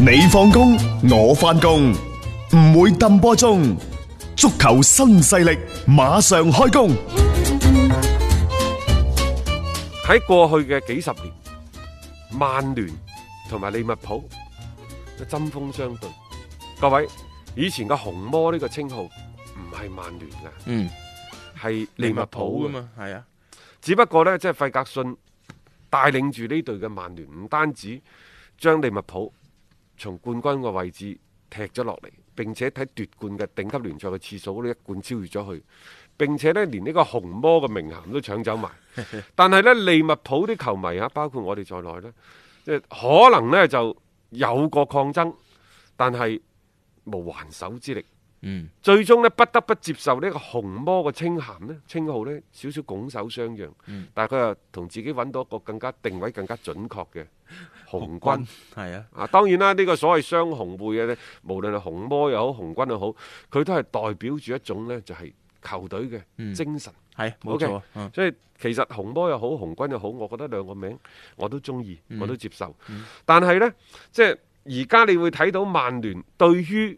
你放工，我翻工，唔會抌波鐘。足球新勢力馬上開工。喺過去嘅幾十年，曼聯同埋利物浦嘅針鋒相對。各位，以前嘅紅魔呢個稱號唔係曼聯嘅，嗯，係利物浦㗎噶嘛。嘛，係啊，只不過呢，即係費格遜帶領住呢隊嘅曼聯，唔單止將利物浦從冠軍嘅位置踢咗落嚟，並且睇奪冠嘅頂級聯賽嘅次數呢一冠超越咗佢。並且呢，連呢個紅魔嘅名銜都搶走 埋。但係呢，利物浦啲球迷啊，包括我哋在內呢，即係可能呢就有過抗爭，但係無還手之力。嗯，最終呢，不得不接受呢個紅魔嘅稱銜呢稱號呢，少少拱手相讓。但係佢又同自己揾到一個更加定位、更加準確嘅紅軍。係啊，啊，當然啦，呢、個所謂雙紅會嘅呢，無論係紅魔又好，紅軍又好，佢都係代表住一種呢，就係、球隊嘅精神。係冇錯啊，嗯所以其實紅魔又好，紅軍又好，我覺得兩個名我都中意，我都接受。但係呢，即係而家你會睇到曼聯對於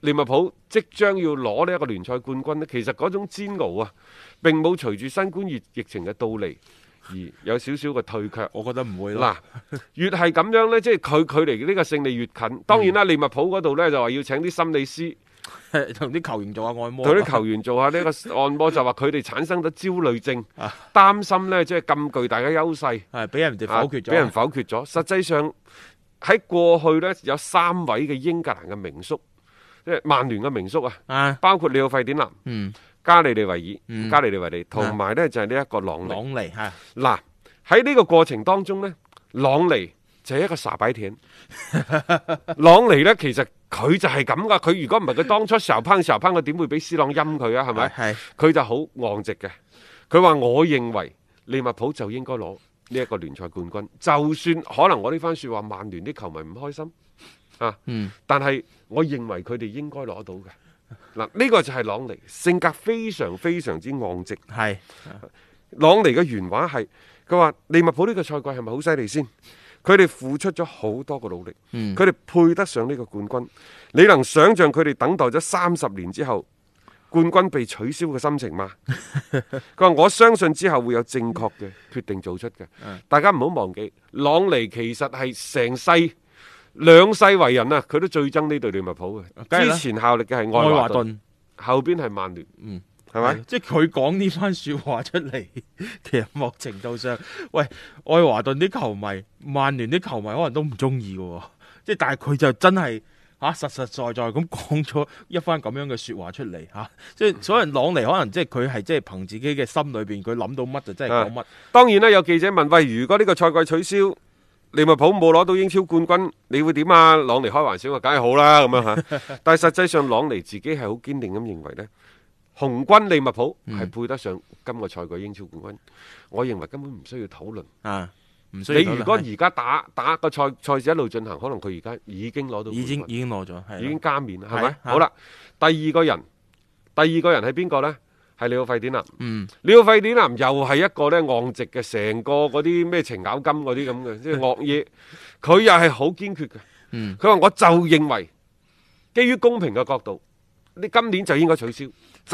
利物浦即將要攞呢一個聯賽冠軍呢，其實嗰種煎熬啊，並冇隨住新冠疫疫情嘅到嚟而有少少嘅退卻。我覺得唔會嗱啦，，越係咁樣呢，即係佢距離呢個勝利越近。當嗯然啦，利物浦嗰度呢，就話要請啲心理師 同啲球員做下按摩，對啲球員做下呢個按摩，就話佢哋產生咗焦慮症啊，擔心呢，即係咁巨大嘅優勢係俾人哋啊否決咗，俾人否決咗。實際上喺過去呢，有三位嘅英格蘭嘅名宿，即係曼聯嘅名宿啊，啊，包括利奧費典南、嗯，加里利維爾、嗯加里利維利，同埋呢就係呢一個朗尼。朗尼係嗱喺呢個過程當中呢，朗尼就係一個傻擺艇。朗尼呢，其實佢就係咁噶。佢如果唔係佢當初時候烹時候烹，佢點會俾斯朗陰佢啊？係咪？係佢就好昂直嘅。佢話：我認為利物浦就應該攞呢一個聯賽冠軍，就算可能我呢番説話，曼聯啲球迷唔開心啊，嗯但係我認為佢哋應該攞到嘅。嗱，呢個就係朗尼，性格非常非常之昂直。係朗尼嘅原話係：佢話利物浦呢個賽季係咪好犀利先？佢哋付出咗好多個努力，嗯佢哋、配得上呢個冠軍。你能想象佢哋等待咗三十年之後，冠軍被取消嘅心情 嗎？佢話我相信之後會有正確嘅決定做出嘅。嗯大家唔好忘記，朗尼其實係成世。兩世為人啊，佢都最憎呢隊利物浦啊梗係嘅。啦之前效力嘅係愛愛華華頓，頓。後邊係曼聯，嗯，係咪？係即係佢講呢番説話出嚟，其實某程度上，喂，愛華頓啲球迷、曼聯啲球迷可能都唔中意嘅喎，即係但係佢就真係嚇、啊實實在在咁講咗一番咁樣嘅説話出嚟嚇、啊即係所以朗尼可能即係佢係即係憑自己嘅心裏邊，佢諗到乜就真啊係講乜，當然啦，有記者問：喂，如果呢個賽季取消，利物浦冇攞到英超冠軍，你會點啊？朗尼開玩笑話，梗係好啦咁樣 嚇。但係實際上，朗尼自己係好堅定咁認為呢，嗯紅軍利物浦係配得上今個賽季英超冠軍。我認為根本唔需要討論。啊，唔需要你討論如果係而家打打個賽賽事一路進行，可能佢而家已經攞到冠軍已經已經攞咗，係已啦經加冕啦，係係咪啊？好啦，第二個人，第二個人係邊個呢？係利奧費典南。嗯利奧費典南又係一個咧昂直嘅，成個嗰啲咩程咬金嗰啲咁嘅，即係惡嘢。佢又係好堅決嘅。嗯佢話我就認為，基於公平嘅角度，你今年就應該取消，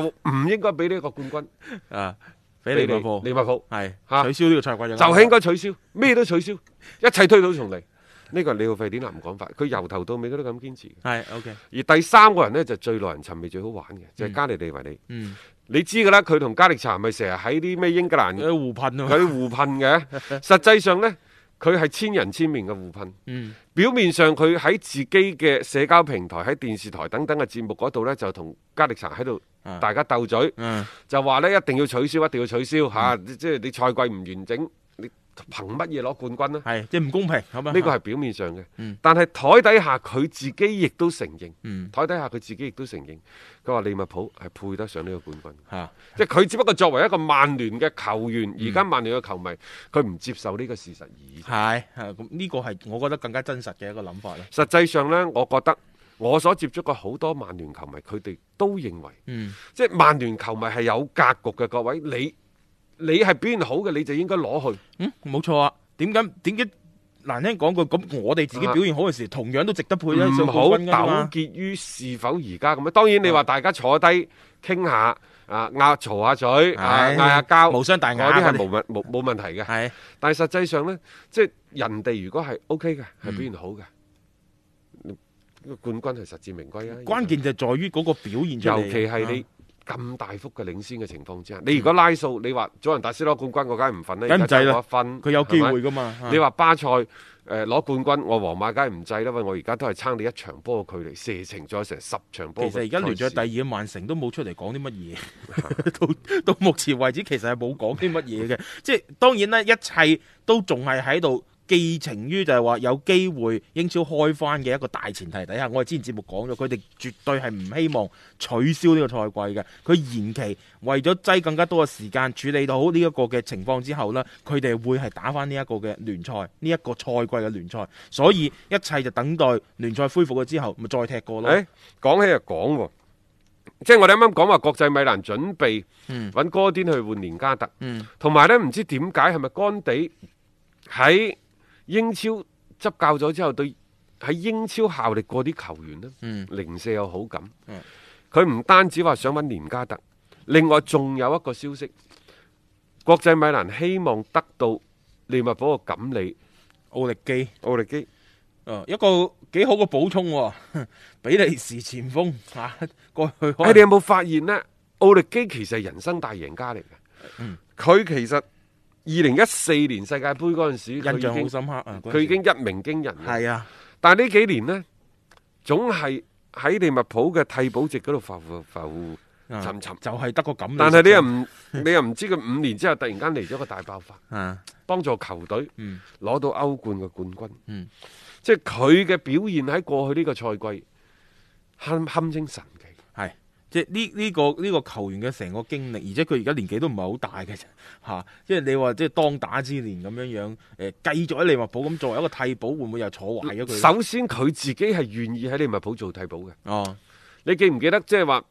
就唔應該俾呢一個冠軍啊，俾利物浦利物浦係嗯嚇取消呢個賽季就就係應該取消，咩都取消，一切推倒重嚟。呢個係利奧費典南嘅講法，佢由頭到尾都咁堅持嘅。係 OK，而第三個人呢，就最耐人尋味、最好玩嘅，就係加利利維利。嗯，你知㗎啦，佢同加力查咪成日喺啲咩英格蘭佢互噴 啊佢嘛，互噴嘅。實際上呢，佢係千人千面嘅互噴。嗯表面上佢喺自己嘅社交平台、喺電視台等等嘅節目嗰度呢，就同加力茶喺度啊大家鬥嘴，嗯就話呢一定要取消，一定要取消嚇、即即係你賽季唔完整，你憑乜嘢攞冠軍呢？係即係唔公平咁呢啊，個係表面上嘅，嗯但係台底下佢自己亦都承認，嗯台底下佢自己亦都承認，佢話利物浦係配得上呢個冠軍。嚇。即係佢只不過作為一個曼聯嘅球員，嗯而家曼聯嘅球迷，佢唔接受呢個事實而已。係，係咁呢個係我覺得更加真實嘅一個諗法啦。實際上呢，我覺得我所接觸過好多曼聯球迷，佢哋都認為，嗯，即係曼聯球迷係有格局嘅。各位，你你係表現好嘅，你就應該攞去。嗯，冇錯啊。點解點解難聽講句，咁我哋自己表現好嘅時，同樣都值得配一上啊唔冠好軍㗎糾嘛。啊結於是否而家咁樣。當然你話大家坐低傾下，啊拗嘈下嘴，啊唉嗌下交，無傷大雅嗰啲係嗰啲冇問冇冇問題嘅。係但係實際上呢，即係人哋如果係 O K 嘅，嗯係表現好嘅，冠軍係實至名歸啊！嗯關鍵就在啊於嗰個表現出嚟尤其係你。咁大幅嘅領先嘅情況之下，你如果拉數，你話祖雲達斯攞冠軍，我梗係唔瞓啦，嗯梗唔制啦而家爭我一分，佢有機係咪會噶嘛？啊你話巴塞誒攞冠軍，我皇馬梗係唔制啦，喂！我而家都係撐你一場波嘅距離，射程仲有成十場波其嘅賽實而事。家聯賽第二嘅曼城都冇出嚟講啲乜嘢，到到目前為止其實係冇講啲乜嘢嘅， 即係當然啦，一切都仲係喺度寄情於就係話有機會英超開翻嘅一個大前提底下，我哋之前節目講咗，佢哋絕對係唔希望取消呢個賽季嘅，佢延期為咗擠更加多嘅時間處理到好呢一個嘅情況之後呢，佢哋會係打翻呢一個嘅聯賽，呢、一個賽季嘅聯賽，所以一切就等待聯賽恢復咗之後，咪再踢過咯。誒講起又講喎，即係我哋啱啱講話國際米蘭準備嗯揾哥甸去換連加特，嗯同埋呢唔知點解係咪干地喺英超執教咗之後，對喺英超效力過啲球員呢，嗯零舍有好感嗯。佢唔單止話想揾連加特，另外仲有一個消息，國際米蘭希望得到利物浦嘅錦里奧力基，奧力基。哦誒一個幾好嘅補充喎、 比利時前鋒嚇、啊 過去可哎，你能有冇發現呢？奧力基其實係人生大贏家嚟嘅。嗯佢、其實二零一四年世界盃嗰陣時，佢印象已好經深刻啊！嗰陣時佢已經一鳴驚人啦。係啊，但係呢幾年呢，總係喺利物浦嘅替補席嗰度浮浮浮啊沉沉。就係得個咁。但係你又唔 你又唔知佢五年之後突然間嚟咗個大爆發，啊，幫助球隊嗯攞到歐冠嘅冠軍。嗯即係佢嘅表現喺過去呢個賽季堪堪稱神奇。係。即係呢呢個呢、個球員嘅成個經歷，而且佢而家年紀都唔係好大嘅啫 嚇，即係你話即係當打之年咁樣樣，誒、繼續喺利物浦咁作為一個替補，會唔會又坐壞咗佢？首先佢自己係願意喺利物浦做替補嘅。哦，你記唔記得即係話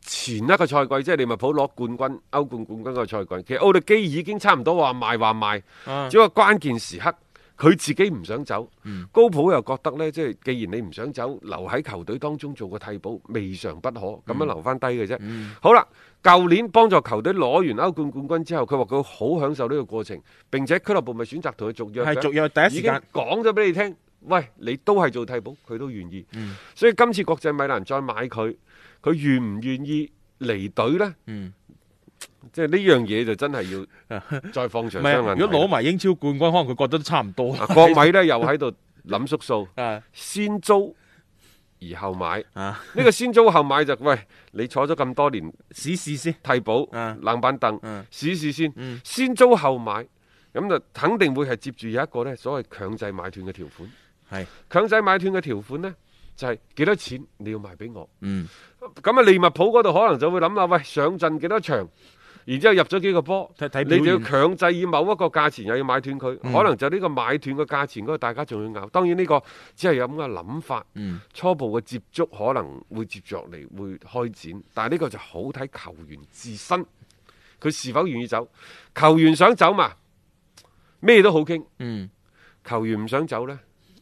前一個賽季即係利物浦攞冠軍歐冠冠軍個賽季，其實奧力基已經差唔多話賣話賣，啊只不過關鍵時刻。佢自己唔想走，嗯高普又覺得呢，即係既然你唔想走，留喺球隊當中做個替補，未嘗不嗯可，咁樣留翻低嘅啫。好啦，舊年幫助球隊攞完歐冠冠軍之後，佢話佢好享受呢個過程，並且俱樂部咪選擇同佢續約嘅係續約第一時已經間講咗俾你聽，喂，你都係做替補，佢都願意。嗯所以今次國際米蘭再買佢，佢願唔願意離隊呢？嗯即係呢樣嘢就真係要再放 唔長係雙啊眼。如果攞埋英超冠軍，可能佢覺得都差唔多 啊國米呢，又喺度諗縮 數，啊先租而後買。啊，呢個先租後買就喂，你坐咗咁多年試試先。替補 啊冷板凳嗯，試試先嗯，先租後買，咁就肯定會係接住有一個呢所謂強制買斷嘅條款。係強制買斷嘅條款呢，就係、幾多錢你要賣俾我。嗯咁啊，利物浦嗰度可能就會諗啦，喂，上陣幾多場，然之後入咗幾個波，睇睇表你就要現嗯強制以某一個價錢又要買斷佢，可能就呢個買斷嘅價錢嗰度大家仲要拗。當然呢個只係有咁嘅諗法，嗯初步嘅接觸可能會接著嚟會開展，但係呢個就好睇球員自身，佢是否願意走。球員想走嘛，咩都好傾；嗯。球員唔想走呢，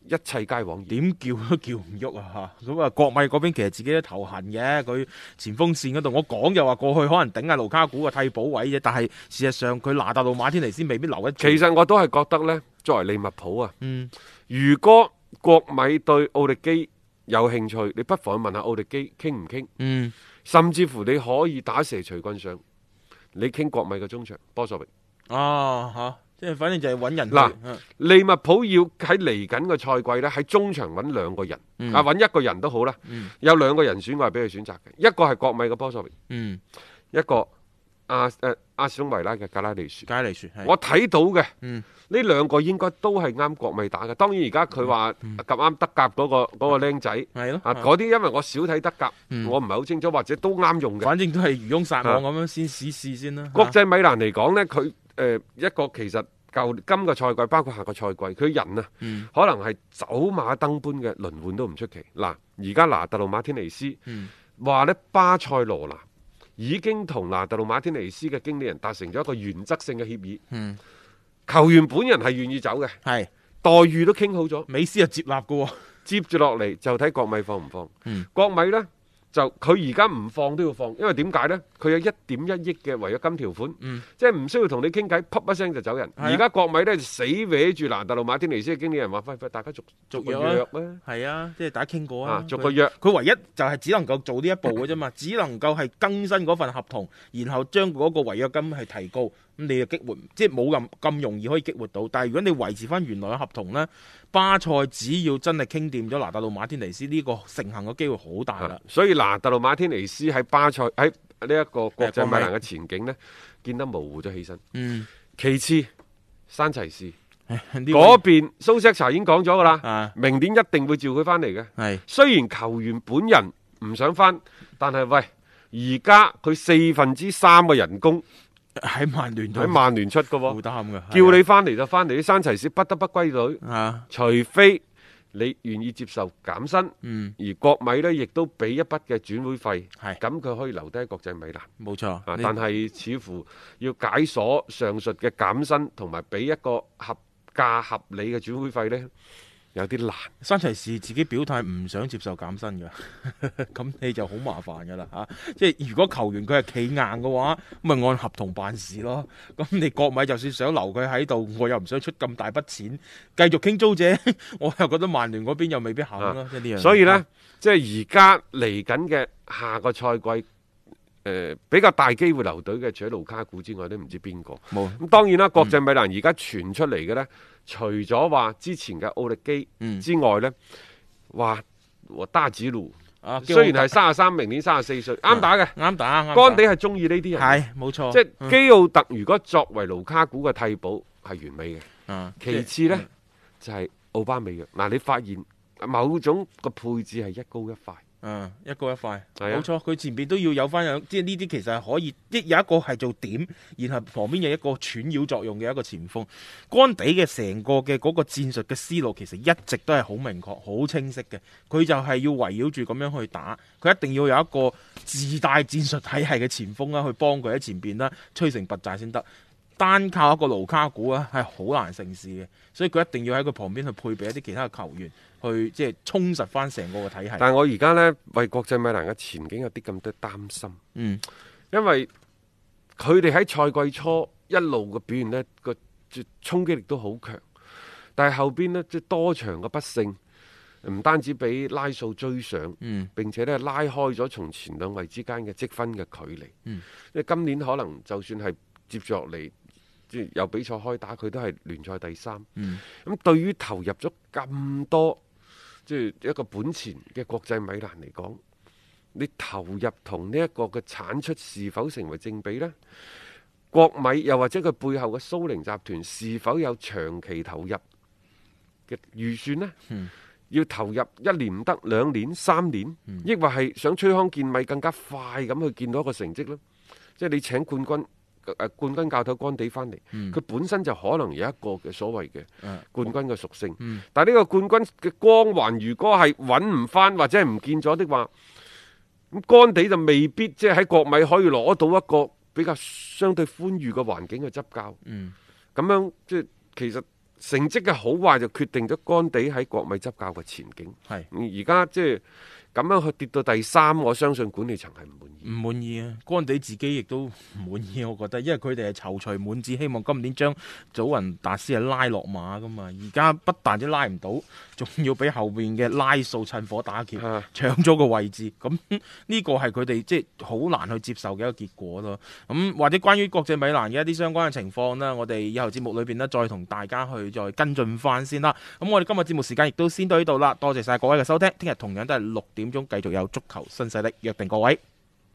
一切皆往矣。點叫都叫唔喐啊嚇！咁啊，國米嗰邊其實自己都頭痕嘅，佢前鋒線嗰度，我講就話過去可能頂下盧卡古嘅替補位啫，但係事實上佢拿達路馬天尼斯未必留得住。其實我都係覺得呢，作為利物浦啊，嗯如果國米對奧力基有興趣，你不妨問下奧力基傾唔傾，嗯，甚至乎你可以打蛇隨棍上，你傾國米嘅中場波索域。啊嚇，即係反正就係揾人去嗯嗱嗯利物浦要喺嚟緊嘅賽季呢，喺中場揾兩個人，嗯啊揾一個人都好啦，有兩個人選我係俾佢選擇嘅，一個係國米嘅波索域，嗯，一個阿誒阿士東維拉嘅格拉利樹。佳利樹係我睇到嘅，嗯呢兩個應該都係啱國米打嘅。當然而家佢話嗯咁啱德甲嗰、個嗰、個僆仔，係咯啊啊嗰啲因為我少睇德甲，嗯我唔係好清楚，或者都啱用嘅。啊反正都係漁翁撒網咁樣先試試先啦。國啊際米蘭嚟講呢，佢誒、呃一個其實舊今個賽季，包括下個賽季，佢人啊，嗯可能係走馬燈般嘅輪換都唔出奇。嗱，而家拿特魯馬天尼斯嗯話呢，巴塞羅那已經同拿特魯馬天尼斯嘅經理人達成咗一個原則性嘅協議，嗯球員本人係願意走嘅。係待遇都傾好咗，美斯係接納嘅喎，接住落嚟就睇國米放唔放。嗯國米呢，就佢而家唔放都要放，因為點解呢？佢有一點一億嘅違約金條款，嗯即係唔需要同你傾偈，噗一聲就走人。啊而家、國米呢，死搲住蘭特路馬天尼斯嘅經理人話：喂喂，大家續續個約啊約啦。係啊，即係大家傾過啊啊，，續個佢約。佢唯一就係只能夠做呢一步嘅 啫嘛，只能夠係更新嗰份合同，然後將嗰個違約金係提高，咁你就激活，即係冇咁咁容易可以激活到。但係如果你維持翻原來嘅合同呢，巴塞只要真係傾掂咗拿達路馬天尼斯呢、個成行嘅機會好大啦啊。所以嗱，特魯馬天尼斯喺巴塞喺呢一個國際米蘭國嘅前景呢，見得模糊咗起身。嗯，其次，山齊士呢啊嗰個邊蘇斯查已經講咗㗎啦，啊明年一定會召佢翻嚟嘅。係雖然球員本人唔想翻，但係喂，而家佢四分之三嘅人 工喺曼聯度喺曼聯出嘅負喎，擔嘅，叫你翻嚟就翻嚟，啲山齊士不得不歸隊，你啊，除非你願意接受減薪。嗯，而國米呢，亦都俾一筆嘅轉會費，係咁佢可以留低喺國際米蘭。冇錯啊，，你但係似乎要解鎖上述嘅減薪同埋俾一個合價合理嘅轉會費呢，有啲難。山齊士自己表態唔想接受減薪嘅， 咁你就好麻煩噶啦嚇。即係如果球員佢係企硬嘅話，咁咪按合同辦事咯。咁你國米就算想留佢喺度，我又唔想出咁大筆錢，繼續傾租者， 我又覺得曼聯嗰邊又未必肯咯，即係呢樣。啊啊所以呢，即係而家嚟緊嘅下個賽季。誒、比較大機會留隊嘅，除咗盧卡古之外，都唔知邊個。冇咁當然啦，嗯國際米蘭而家傳出嚟嘅呢，除咗話之前嘅奧力基嗯之外呢，話和大子路啊，雖然係三十三，明年三十四歲，啱打嘅。嗯啱打，啱打干地係中意呢啲人嘅。係嗯冇錯，即係基奧特如果作為盧卡古嘅替補係完美嘅。啊其次呢，就係奧巴美揚。嗱，你發現某種個配置係一高一快。嗯，一高一快，係啊冇錯，佢前邊都要有翻樣，即係呢啲其實係可以，即有一個係做點，然後旁邊有一個串擾作用嘅一個前鋒。干地嘅成個嘅嗰個戰術嘅思路其實一直都係好明確、好清晰嘅，佢就係要圍繞住咁樣去打，佢一定要有一個自帶戰術體系嘅前鋒啦，去幫佢喺前邊啦，摧城拔寨先得。單靠一個盧卡古啊，係好難成事嘅，所以佢一定要喺佢旁邊去配備一啲其他嘅球員，去即係充實翻成個嘅體系。但係我而家呢，為國際米蘭嘅前景有啲咁多擔心，嗯。因為佢哋喺賽季初一路嘅表現呢，個衝擊力都好強，但係後邊呢，即係多場嘅不勝，唔單止俾拉素追上。嗯並且咧拉開咗從前兩位之間嘅積分嘅距離。嗯因為今年可能就算係接住落嚟，即係有比賽開打，佢都係聯賽第三。咁、嗯對於投入咗咁多即係一個本錢嘅國際米蘭嚟講，你投入同呢一個嘅產出是否成為正比呢？國米又或者佢背後嘅蘇寧集團是否有長期投入嘅預算呢？要投入一年唔得兩年三年，抑或係想吹康健米更加快咁去見到一個成績呢？即係你請冠軍誒冠軍教頭干地翻嚟，佢、本身就可能有一個嘅所謂嘅嗯冠軍嘅屬性，但係呢個冠軍嘅光環如果係揾唔翻或者係唔見咗的話，咁干地就未必即係喺國米可以攞到一個比較相對寬裕嘅環境去執教。嗯咁樣即係其實成績嘅好壞就決定咗干地喺國米執教嘅前景。係而家即係咁樣去跌到第三，我相信管理層係唔滿唔意。滿意啊！干地自己亦都唔滿意，我覺得，因為佢哋係躊躇滿志，希望今年將祖雲達斯係拉落馬噶嘛。而家不但止拉唔到，仲要俾後面嘅拉數趁火打劫， 啊搶咗個位置。咁呢個係佢哋即係好難去接受嘅一個結果咯。咁或者關於國際米蘭嘅一啲相關嘅情況呢，我哋以後節目裏邊呢，再同大家去再跟進翻先啦。咁我哋今日節目時間亦都先到呢度啦，多謝晒各位嘅收聽，聽日同樣都係六點鐘繼續有足球新勢力，約定各位，